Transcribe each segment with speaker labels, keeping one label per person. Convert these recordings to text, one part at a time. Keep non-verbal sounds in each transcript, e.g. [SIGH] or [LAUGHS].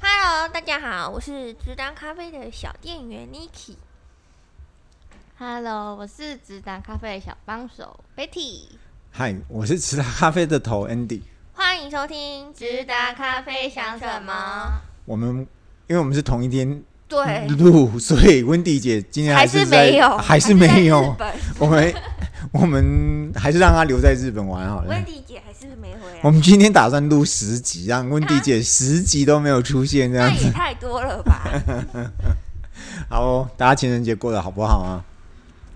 Speaker 1: Hello，大家好，我是直达咖啡的小店员 Niki。
Speaker 2: Hello，我是直达咖啡的小帮手 Betty，
Speaker 3: 嗨，我是吃咖啡的头 Andy。
Speaker 1: 欢迎收听
Speaker 2: 直达咖啡想什么？
Speaker 3: 我们因为我们是同一天
Speaker 1: 对，
Speaker 3: 录，所以温迪姐今天
Speaker 1: 还
Speaker 3: 是
Speaker 1: 是
Speaker 3: 在
Speaker 1: 没有
Speaker 3: 还是
Speaker 1: 在
Speaker 3: 没
Speaker 1: 日
Speaker 3: 有。
Speaker 1: 本，
Speaker 3: 我们我们还是让她留在日本玩好了
Speaker 1: 温。迪姐还是没回
Speaker 3: 我
Speaker 1: 来，
Speaker 3: 们今天打算录十集，让温迪姐十集都没有出现这
Speaker 1: 啊那
Speaker 3: 样子。
Speaker 1: 也太多了
Speaker 3: [LAUGHS]
Speaker 1: 吧？
Speaker 3: 好、哦，大家情人节过得好不好啊？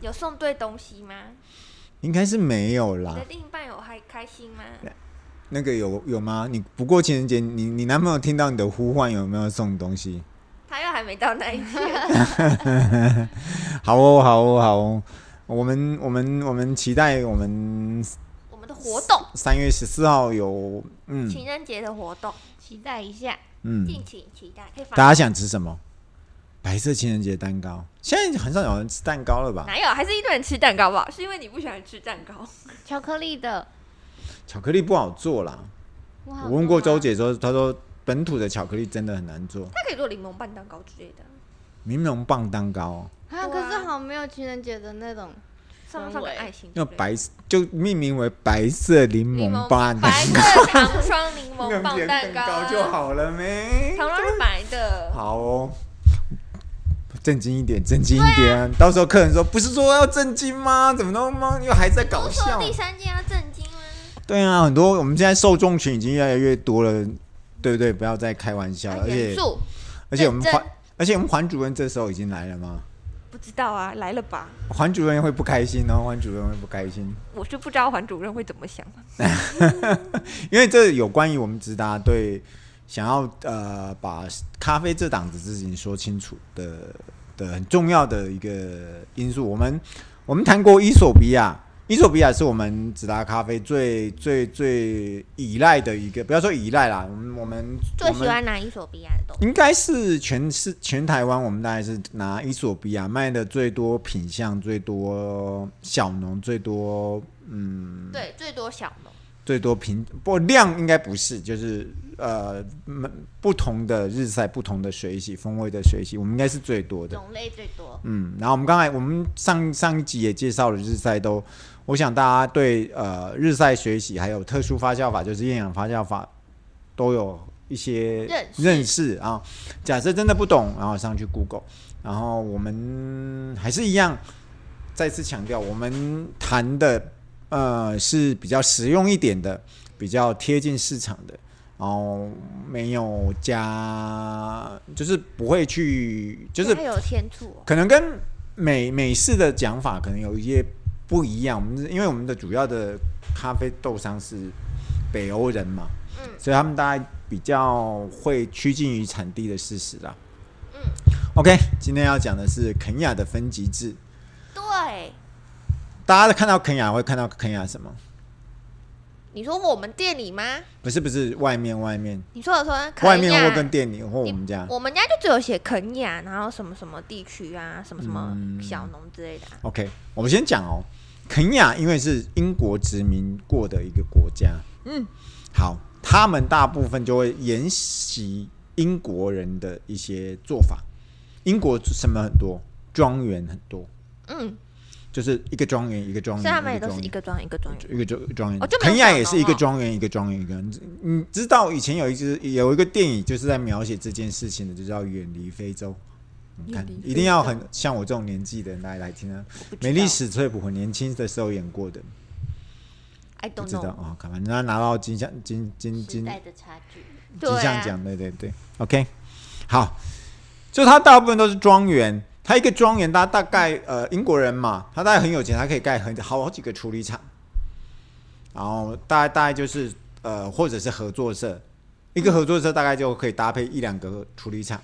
Speaker 1: 有送对东西吗？
Speaker 3: 应该是没有
Speaker 1: 你
Speaker 3: 啦
Speaker 1: 的。另一半有还开心吗？
Speaker 3: 那个有有吗？你不过情人节，你你男朋友听到你的呼唤有没有送东西？
Speaker 1: 他又还没到那一
Speaker 3: [LAUGHS]
Speaker 1: 天，
Speaker 3: 好哦，好哦，好哦。我们我们我们期待我们
Speaker 1: 我们的活动，
Speaker 3: 三月十四号有，嗯
Speaker 1: 情人节的活动，
Speaker 2: 期待一下。
Speaker 3: 嗯，
Speaker 1: 敬请期待。可以发
Speaker 3: 大家想吃什么？白色情人节蛋糕，现在很少有人吃蛋糕了吧？
Speaker 1: 哪有？还是一堆人吃蛋糕吧？是因为你不喜欢吃蛋糕。
Speaker 2: 巧克力的，
Speaker 3: 巧克力不好做啦。
Speaker 2: 哇
Speaker 1: 啊
Speaker 2: 啊
Speaker 3: 我问过周，姐说，她说本土的巧克力真的很难做，
Speaker 1: 他可以做柠檬拌蛋糕之类的，
Speaker 3: 柠檬棒蛋糕
Speaker 2: 啊，可是好没有情人节的那种，
Speaker 1: 上面
Speaker 2: 氛
Speaker 1: 放个
Speaker 2: 围
Speaker 1: 爱心之
Speaker 3: 要
Speaker 1: 类的。
Speaker 3: 白就命名为白色柠
Speaker 1: 柠
Speaker 3: 檬
Speaker 1: 檬
Speaker 3: 棒
Speaker 1: 白色糖霜柠檬
Speaker 3: [LAUGHS] 那
Speaker 1: 棒
Speaker 3: 边
Speaker 1: 蛋糕
Speaker 3: 就，好了没？
Speaker 1: 糖霜是白的，
Speaker 3: 好哦，正经一点，正经一点、
Speaker 1: 啊
Speaker 3: 到时候客人说不是说要正经吗？怎么都妈又还在搞
Speaker 1: 不是说
Speaker 3: 笑？
Speaker 1: 第三件要震惊吗？
Speaker 3: 对啊，很多我们现在受众群已经越来越多了，对不对？不要再开玩笑了，
Speaker 2: 啊
Speaker 3: 而
Speaker 1: 元
Speaker 3: 且
Speaker 1: 素
Speaker 3: 而且我们
Speaker 1: 认真
Speaker 3: 环而且我们环主任这时候已经来了吗？
Speaker 1: 不知道啊，来了吧？
Speaker 3: 环主任会不开心哦，环主任会不开心，
Speaker 1: 我是不知道环主任会怎么想。
Speaker 3: 因为这有关于我们直达对想要呃把咖啡这档子事情说清楚的的很重要的一个因素。我们我们谈过伊索比亚，伊索比亚是我们直达咖啡最最最依赖的一个，不要说依赖啦，我们我们
Speaker 2: 最
Speaker 3: 我们
Speaker 2: 喜欢拿伊索比亚的东西，
Speaker 3: 应该是全是全台湾，我们大概是拿伊索比亚卖的最多品相、最多小农、最多嗯
Speaker 1: 对，最多小农，
Speaker 3: 最多品不量应该不是，就是呃嗯不同的日晒、不同的水洗、风味的水洗，我们应该是最多的。
Speaker 2: 种类最多。
Speaker 3: 嗯，然后我们刚才我们上上一集也介绍了日晒都，我想大家对呃日晒水洗还有特殊发酵法，就是厌氧发酵法，都有一些
Speaker 2: 认识
Speaker 3: 认识啊。假设真的不懂，然后上去 Google，然后我们还是一样，再次强调，我们谈的呃是比较实用一点的，比较贴近市场的。然后没有加，就是不会去，就是
Speaker 2: 还有天醋哦，
Speaker 3: 可能跟美美式的讲法可能有一些不一样。我们是因为我们的主要的咖啡豆商是北欧人嘛，
Speaker 1: 嗯
Speaker 3: 所以他们大概比较会趋近于产地的事实啦。嗯，OK，今天要讲的是肯雅的分级制。
Speaker 1: 对。
Speaker 3: 大家看到肯雅会看到肯雅什么？
Speaker 1: 你说我们店里吗？
Speaker 3: 不是不是，外面外面
Speaker 1: 你说的说肯
Speaker 3: 外面
Speaker 1: 亚
Speaker 3: 或跟店里或我们家。
Speaker 1: 我们家就只有写肯雅，然后什么什么地区啊，什么什么
Speaker 3: 嗯
Speaker 1: 小农之类的、啊。
Speaker 3: OK，我们先讲哦，肯雅因为是英国殖民过的一个国家，嗯，好，他们大部分就会沿袭英国人的一些做法。英国什么很多，庄园很多，
Speaker 1: 嗯，
Speaker 3: 就是一个庄园一个庄园，
Speaker 1: 所以他们也都是
Speaker 3: 一
Speaker 1: 一个
Speaker 3: 个
Speaker 1: 庄园一个庄园。
Speaker 3: 庄园一个庄庄园
Speaker 1: 哦就，没有
Speaker 3: 肯雅
Speaker 1: 小
Speaker 3: 也
Speaker 1: 农
Speaker 3: 是一个
Speaker 1: 哦
Speaker 3: 庄园一个庄园一个。你你知道以前有一支有一个电影就是在描写这件事情的，就叫《远离非洲》。你看
Speaker 1: 远离，非
Speaker 3: 一定要很像我这种年纪的人来来听啊。
Speaker 1: 我不知
Speaker 3: 美丽
Speaker 1: 道
Speaker 3: 史翠普很年轻的时候演过的，
Speaker 1: ，I
Speaker 3: 不
Speaker 1: don't
Speaker 3: 知道
Speaker 1: know。
Speaker 3: 啊，看反正他拿到金像金金
Speaker 2: 时
Speaker 3: 金
Speaker 2: 代的差距。
Speaker 1: 对
Speaker 3: 金像
Speaker 1: 啊，
Speaker 3: 奖，对对对，OK，好，就他大部分都是庄园，他一个庄园，他大概呃英国人嘛，他大概很有钱，他可以盖很好好几个处理厂，然后大概大概就是呃或者是合作社，一个合作社大概就可以搭配一两个处理厂。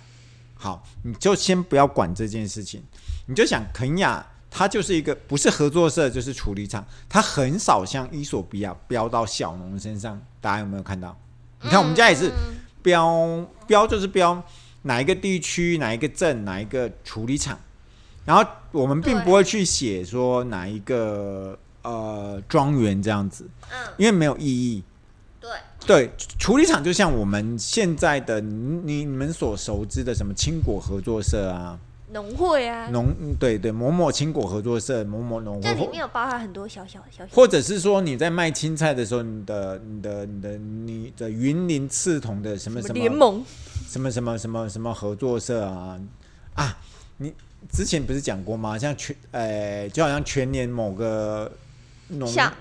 Speaker 3: 好，你就先不要管这件事情，你就想肯雅，它就是一个不是合作社就是处理厂，它很少像伊索比亚标到小农身上，大家有没有看到？你看我们家也是
Speaker 1: 嗯
Speaker 3: 标标就是标哪一个地区、哪一个镇、哪一个处理厂，然后我们并
Speaker 1: 对
Speaker 3: 不会去写说哪一个呃庄园这样子，
Speaker 1: 嗯，
Speaker 3: 因为没有意义。
Speaker 1: 对，
Speaker 3: 对，处理厂就像我们现在的你你们所熟知的什么青果合作社啊，
Speaker 1: 农会啊，
Speaker 3: 农嗯对对某某青果合作社，某某农
Speaker 1: 这
Speaker 3: 会，
Speaker 1: 里
Speaker 3: 或
Speaker 1: 面有包含很多小小小小，
Speaker 3: 或者是说你在卖青菜的时候，你的你的你的你的云林刺桐的什么什么
Speaker 1: 联盟，
Speaker 3: 什么什么什么什么合作社啊啊！你之前不是讲过吗？像全呃，就好像全年某个农
Speaker 1: 小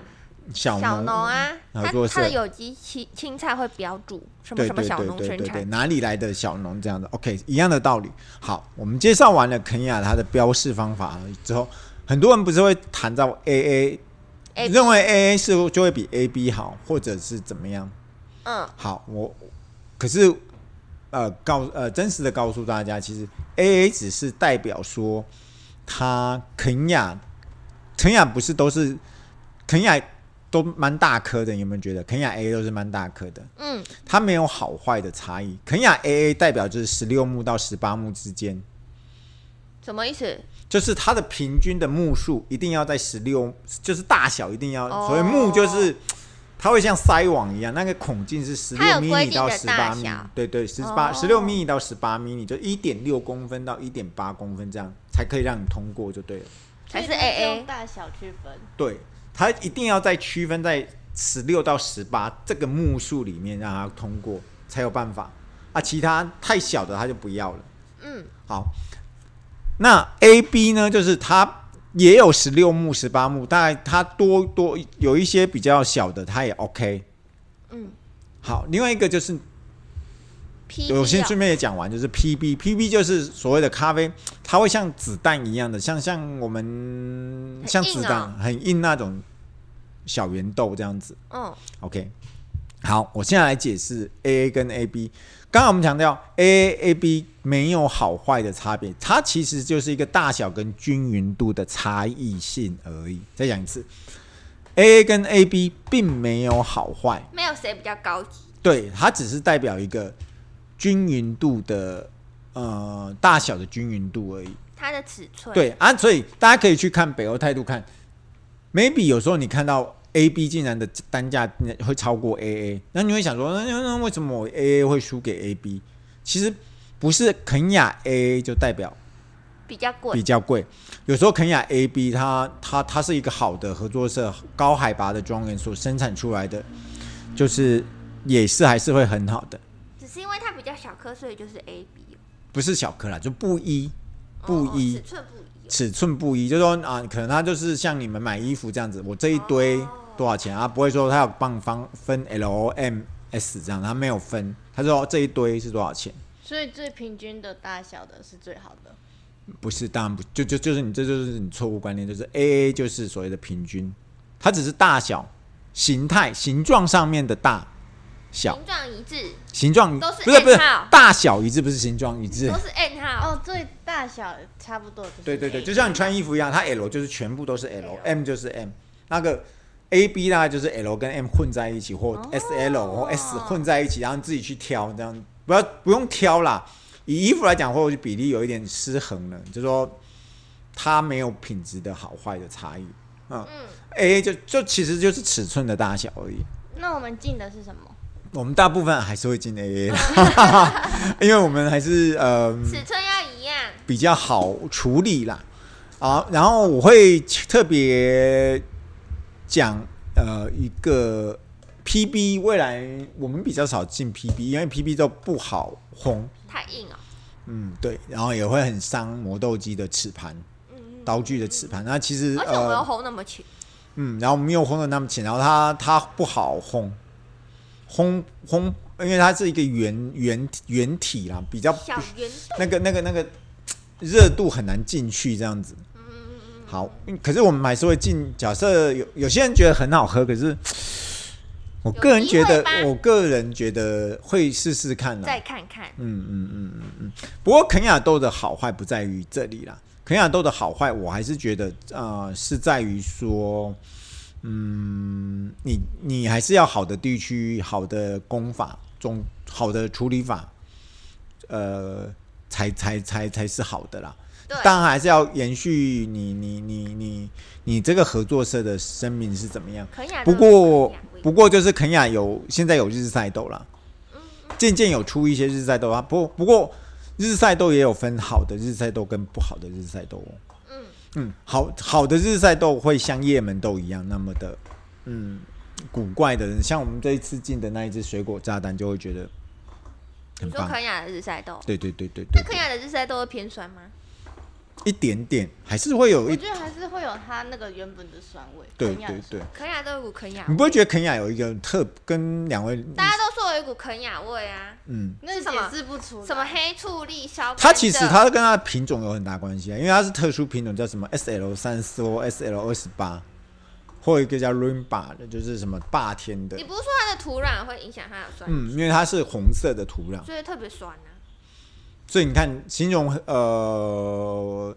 Speaker 3: 小
Speaker 1: 小
Speaker 3: 农
Speaker 1: 农啊，
Speaker 3: 合
Speaker 1: 它
Speaker 3: 作
Speaker 1: 它的
Speaker 3: 社
Speaker 1: 有机青青菜会标注什么
Speaker 3: 对
Speaker 1: 什么
Speaker 3: 对
Speaker 1: 小
Speaker 3: 对
Speaker 1: 农
Speaker 3: 对
Speaker 1: 生
Speaker 3: 对对，
Speaker 1: 产，
Speaker 3: 哪里来的小农这样的？OK，一样的道理。好，我们介绍完了肯亚它的标示方法之后，很多人不是会谈到 AA，
Speaker 1: AB
Speaker 3: 认为 AA 是就会比 AB 好，或者是怎么样？
Speaker 1: 嗯，
Speaker 3: 好，我可是呃告呃真实的告诉大家，其实 AA 只是代表说它肯亚，肯亚不是都是肯亚都蛮大颗的，你有没有觉得肯亚 AA 都是蛮大颗的？
Speaker 1: 嗯，
Speaker 3: 它没有好坏的差异。肯亚 AA 代表就是十六目到十八目之间，
Speaker 1: 什么意思？
Speaker 3: 就是它的平均的目数一定要在十六，就是大小一定要，
Speaker 1: 哦
Speaker 3: 所以目就是它会像筛网一样，那个孔径是十
Speaker 1: 它
Speaker 3: 六
Speaker 1: 有
Speaker 3: 米
Speaker 1: 规
Speaker 3: 米
Speaker 1: 定
Speaker 3: 到
Speaker 1: 的
Speaker 3: 十
Speaker 1: 大
Speaker 3: 八米
Speaker 1: 小，
Speaker 3: 对对，十八
Speaker 1: 哦
Speaker 3: 十六米到十八米，就一点六公分到一点八公分这样才可以让你通过就对了。
Speaker 1: 还是
Speaker 2: 所以它
Speaker 1: AA
Speaker 2: 用大小区分。
Speaker 3: 对，它一定要在区分在十六到十八这个目数里面让它通过才有办法啊，其他太小的它就不要了。
Speaker 1: 嗯，
Speaker 3: 好，那 A B 呢，就是它也有十六目、十八目，大概它多多有一些比较小的，它也 OK。
Speaker 1: 嗯，
Speaker 3: 好，另外一个就是
Speaker 1: ，P 啊
Speaker 3: 我先顺便也讲完，就是 PB，PB 就是所谓的咖啡，它会像子弹一样的，像像我们
Speaker 1: 很
Speaker 3: 像子
Speaker 1: 硬哦
Speaker 3: 弹、很硬那种小圆豆这样子。
Speaker 1: 嗯，
Speaker 3: OK，好，我现在来解释 AA 跟 AB。刚刚我们强调 AA、AB 没有好坏的差别，它其实就是一个大小跟均匀度的差异性而已。再讲一次，AA 跟 AB 并没有好坏，
Speaker 1: 没有谁比较高级，
Speaker 3: 对，它只是代表一个均匀度的呃大小的均匀度而已。
Speaker 1: 它的尺寸，，
Speaker 3: 对啊，所以大家可以去看北欧态度看，maybe 有时候你看到 A B 竟然的单价会超过 A A，那你会想说，那那那为什么我 A A 会输给 A B？其实不是肯亚 A A 就代表
Speaker 1: 比较
Speaker 3: 比
Speaker 1: 贵，
Speaker 3: 较贵，有时候肯亚 A B 它它它是一个好的合作社，高海拔的庄园所生产出来的，就是也是还是会很好的，
Speaker 1: 只是因为它比较小颗，所以就是 A B，
Speaker 3: 不是小颗啦，就不一
Speaker 1: 哦
Speaker 3: 不一。
Speaker 1: 尺寸不一哦，
Speaker 3: 尺寸不一，就说啊，可能它就是像你们买衣服这样子，我这一堆
Speaker 1: 哦
Speaker 3: 多少钱啊？不会说它有帮方分 L O M S 这样，它没有分，它说这一堆是多少钱？
Speaker 2: 所以最平均的大小的是最好的。
Speaker 3: 不是，当然不，就就就是你这就是你错误观念，就是 A A 就是所谓的平均，它只是大小、形态、形状上面的大小、
Speaker 1: 形状一致，
Speaker 3: 形状，
Speaker 1: 都是
Speaker 3: 不是不是
Speaker 1: N 号
Speaker 3: 大小一致，不是形状一致
Speaker 1: 都。是 N 号，
Speaker 2: 哦，最大小差不多就是。
Speaker 3: 对对对，啊就像你穿衣服一样，它 L 就是全部都是 L，M 就是 M，那个 A B 大概就是 L 跟 M 混在一起，或 S L 或 S 混在一起，然后你自己去挑，这样不要不用挑啦。以衣服来讲，或许比例有一点失衡了，就说它没有品质的好坏的差异。嗯，A A 就就其实就是尺寸的大小而已。
Speaker 2: 那我们进的是什么？
Speaker 3: 我们大部分还是会进 A A 的， [LAUGHS] 因为我们还是呃
Speaker 1: 尺寸要一样，
Speaker 3: 比较好处理啦。啊，然后我会特别讲呃一个 PB，未来我们比较少进 PB，因为 PB 都不好烘，
Speaker 1: 太硬哦，
Speaker 3: 嗯，对，然后也会很伤磨豆机的齿盘，
Speaker 1: 嗯，
Speaker 3: 刀具的齿盘。那其实
Speaker 1: 而且我们又
Speaker 3: 呃，
Speaker 1: 红那么浅，
Speaker 3: 嗯，然后没有烘的那么浅，然后它它不好烘，烘烘，因为它是一个圆圆圆体啦，比较
Speaker 1: 小圆
Speaker 3: 那个那个那个热度很难进去这样子。好，嗯可是我们还是会进。假设有有些人觉得很好喝，可是我个人觉
Speaker 1: 有
Speaker 3: 得
Speaker 1: 机会，吧
Speaker 3: 我个人觉得会试试看啦
Speaker 1: 再。看看，
Speaker 3: 嗯嗯嗯嗯嗯。不过肯亚豆的好坏不在于这里啦，肯亚豆的好坏，我还是觉得呃是在于说，嗯，你你还是要好的地区、好的工法、中好的处理法，呃，才才才才是好的啦。
Speaker 2: 对
Speaker 3: 当然还是要延续你你你你你这个合作社的生命是怎么样。
Speaker 1: 肯雅
Speaker 3: 不
Speaker 1: 真的
Speaker 3: 过
Speaker 1: 肯雅不一
Speaker 3: 不
Speaker 1: 样
Speaker 3: 过就是肯雅有现在有日赛豆啦，
Speaker 1: 嗯
Speaker 3: 渐渐有出一些日赛豆啊。不不过日赛豆也有分好的日赛豆跟不好的日赛豆哦。
Speaker 1: 嗯
Speaker 3: 嗯，好好的日晒豆会像叶门豆一样那么的，嗯，古怪的。像我们这一次进的那一只水果炸弹，就会觉得很
Speaker 1: 你说
Speaker 3: 棒。
Speaker 1: 肯雅的日晒豆，
Speaker 3: 对对对对
Speaker 1: 那
Speaker 3: 对
Speaker 1: 肯雅的日晒豆会偏酸吗？
Speaker 3: 一点点还是会有
Speaker 2: 我
Speaker 3: 一，
Speaker 2: 觉得还是会有它那个原本的酸味。
Speaker 3: 对
Speaker 2: 肯亚的
Speaker 3: 对对
Speaker 2: 酸。。
Speaker 1: 肯雅都有股肯雅
Speaker 3: 你
Speaker 1: 味，
Speaker 3: 不会觉得肯雅有一个特跟两位，
Speaker 1: 大家都说我有一股肯雅味啊，
Speaker 3: 嗯，
Speaker 2: 那
Speaker 1: 是什么
Speaker 2: 解释不出来
Speaker 1: 什么黑醋栗消。
Speaker 3: 它其实它跟它的品种有很大关系啊，因为它是特殊品种，叫什么 SL 三四或 SL 二十八，或有一个叫 Rimba 的，就是什么霸天的
Speaker 1: 你。不是说它的土壤会影响它的酸，
Speaker 3: 嗯，因为它是红色的土壤。
Speaker 1: 所以特别酸啊。
Speaker 3: 所以你看，形容呃，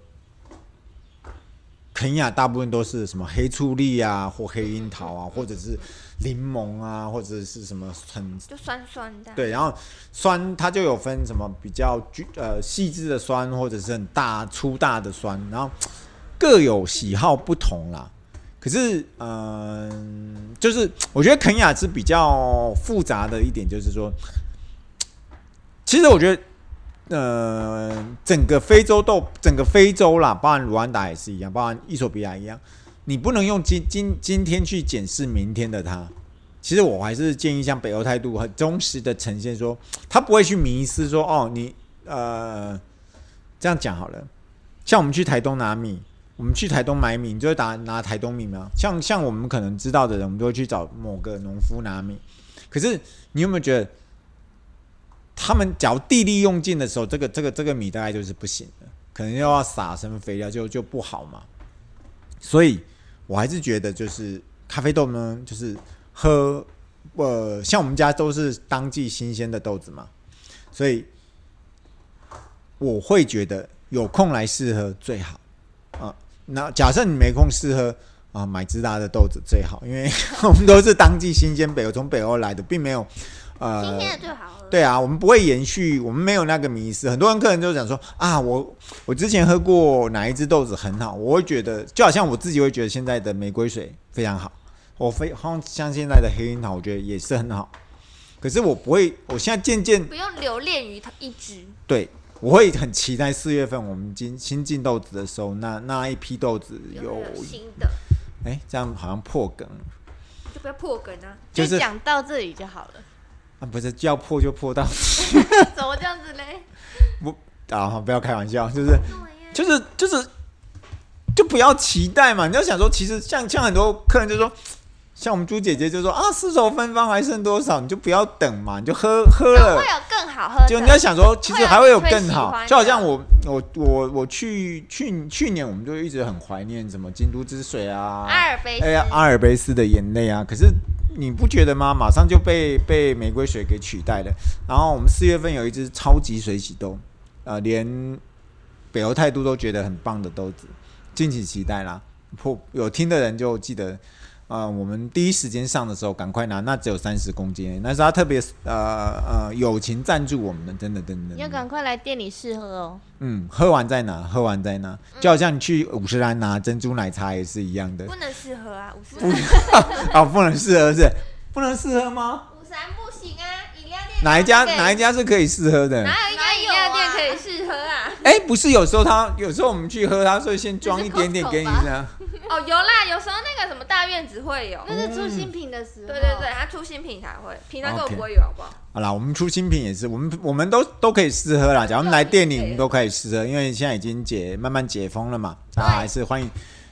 Speaker 3: 肯亚大部分都是什么黑醋栗啊，或黑樱桃啊，或者是柠檬啊，或者是什么很
Speaker 1: 就酸酸的啊。
Speaker 3: 对，然后酸它就有分什么比较具呃细致的酸，或者是很大粗大的酸，然后各有喜好不同啦。可是，嗯、就是我觉得肯雅是比较复杂的一点，就是说，其实我觉得，呃，整个非洲豆，整个非洲啦，包含卢安达也是一样，包含伊索比亚一样，你不能用今今今天去检视明天的它。其实我还是建议像北欧态度很忠实的呈现说，他不会去迷失说哦，你呃这样讲好了。像我们去台东拿米，我们去台东买米，你就会打拿台东米吗？像像我们可能知道的人，我们都会去找某个农夫拿米。可是你有没有觉得，他们只要地利用尽的时候，这个这个这个米大概就是不行的，可能又要撒什么肥料就就不好嘛。所以我还是觉得就是咖啡豆呢，就是喝，呃，像我们家都是当季新鲜的豆子嘛，所以我会觉得有空来试喝最好啊。那假设你没空试喝啊，买直达的豆子最好，因为 [LAUGHS] 我们都是当季新鲜北欧从北欧来的，并没有呃
Speaker 1: 今天的最好喝。
Speaker 3: 对啊，我们不会延续，我们没有那个迷失。很多人客人就讲说啊，我我之前喝过哪一只豆子很好，我会觉得就好像我自己会觉得现在的玫瑰水非常好，我非好像像现在的黑樱桃，我觉得也是很好。可是我不会，我现在渐渐
Speaker 1: 不用留恋于它一只，
Speaker 3: 对我会很期待四月份我们进新进豆子的时候，那那一批豆子有
Speaker 1: 有新的，
Speaker 3: 哎，这样好像破梗
Speaker 1: 就不要破梗啊。
Speaker 3: 就是
Speaker 2: 讲到这里就好
Speaker 1: [LAUGHS]
Speaker 2: 了。
Speaker 3: 啊，不是要破就破到 [LAUGHS]
Speaker 2: 怎么这样子嘞？
Speaker 3: 啊，不要开玩笑，就是
Speaker 1: 对呀，
Speaker 3: 就是就是，就不要期待嘛。你要想说，其实像像很多客人就说，像我们朱姐姐就说啊，四手芬芳还剩多少，你就不要等嘛，你就喝喝
Speaker 1: 总
Speaker 3: 了
Speaker 1: 会。有更好喝的。
Speaker 3: 就你要想说，其实还会有更
Speaker 1: 会有你会喜
Speaker 3: 好
Speaker 1: 欢。的
Speaker 3: 就好像我我我我去去去年，我们就一直很怀念什么京都之水啊，
Speaker 1: 阿尔卑斯，
Speaker 3: 哎呀，阿尔卑斯的眼泪啊！可是你不觉得吗？马上就被被玫瑰水给取代了。然后我们四月份有一只超级水洗豆，呃，连北欧态度都觉得很棒的豆子，敬请期待啦！破有听的人就记得，呃，我们第一时间上的时候赶快拿，那只有三十公斤，那是他特别呃呃友情赞助我们的，真的真的。
Speaker 2: 你要赶快来店里试喝哦。
Speaker 3: 嗯，喝完再拿，喝完再拿，
Speaker 2: 嗯
Speaker 3: 就好像你去五十兰拿珍珠奶茶也是一样的。
Speaker 1: 不能试喝啊，五十
Speaker 3: [LAUGHS] 啊，不能试喝是不能试喝吗？
Speaker 1: 五三不行啊，饮料店
Speaker 3: 哪一家
Speaker 1: 可以
Speaker 3: 哪一家是可以试喝的？
Speaker 1: 哪有一啊家饮料店可以试喝啊？
Speaker 3: 哎、不是，有时候他有时候我们去喝，他说先装一点点给你呢。
Speaker 1: [LAUGHS] 哦，有啦，有时候那个什么大院子会有。
Speaker 3: 嗯
Speaker 2: 那是出新品的时候。
Speaker 1: 对对对，，它出新品才会，平常根
Speaker 3: OK
Speaker 1: 本不会有，好不好？
Speaker 3: 好啦，我们出新品也是，我们我们都都可以试喝啦。假如我们来店里，我们都可以试喝，因为现在已经解慢慢解封了嘛，大家还是欢迎。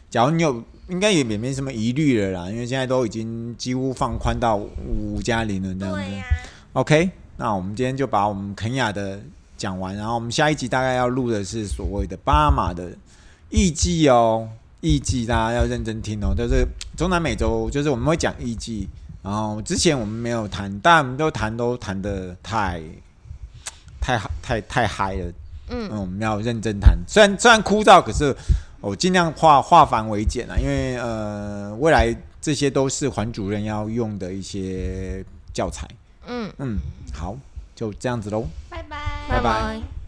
Speaker 3: 假如你有，应该也也没什么疑虑了啦，因为现在都已经几乎放宽到五加零了这样子。
Speaker 1: 对呀，
Speaker 3: OK，那我们今天就把我们肯雅的讲完，然后我们下一集大概要录的是所谓的巴马的艺伎哦，艺伎大家要认真听哦，就是中南美洲，就是我们会讲艺伎，然后之前我们没有谈，但我们都谈都谈的太太太太嗨了，
Speaker 2: 嗯，
Speaker 3: 嗯，我们要认真谈。虽然虽然枯燥，可是我尽量化化繁为简啊，因为呃，未来这些都是环主任要用的一些教材。
Speaker 2: 嗯，
Speaker 3: 嗯，好，就这样子喽。
Speaker 2: 拜拜，
Speaker 3: 拜拜。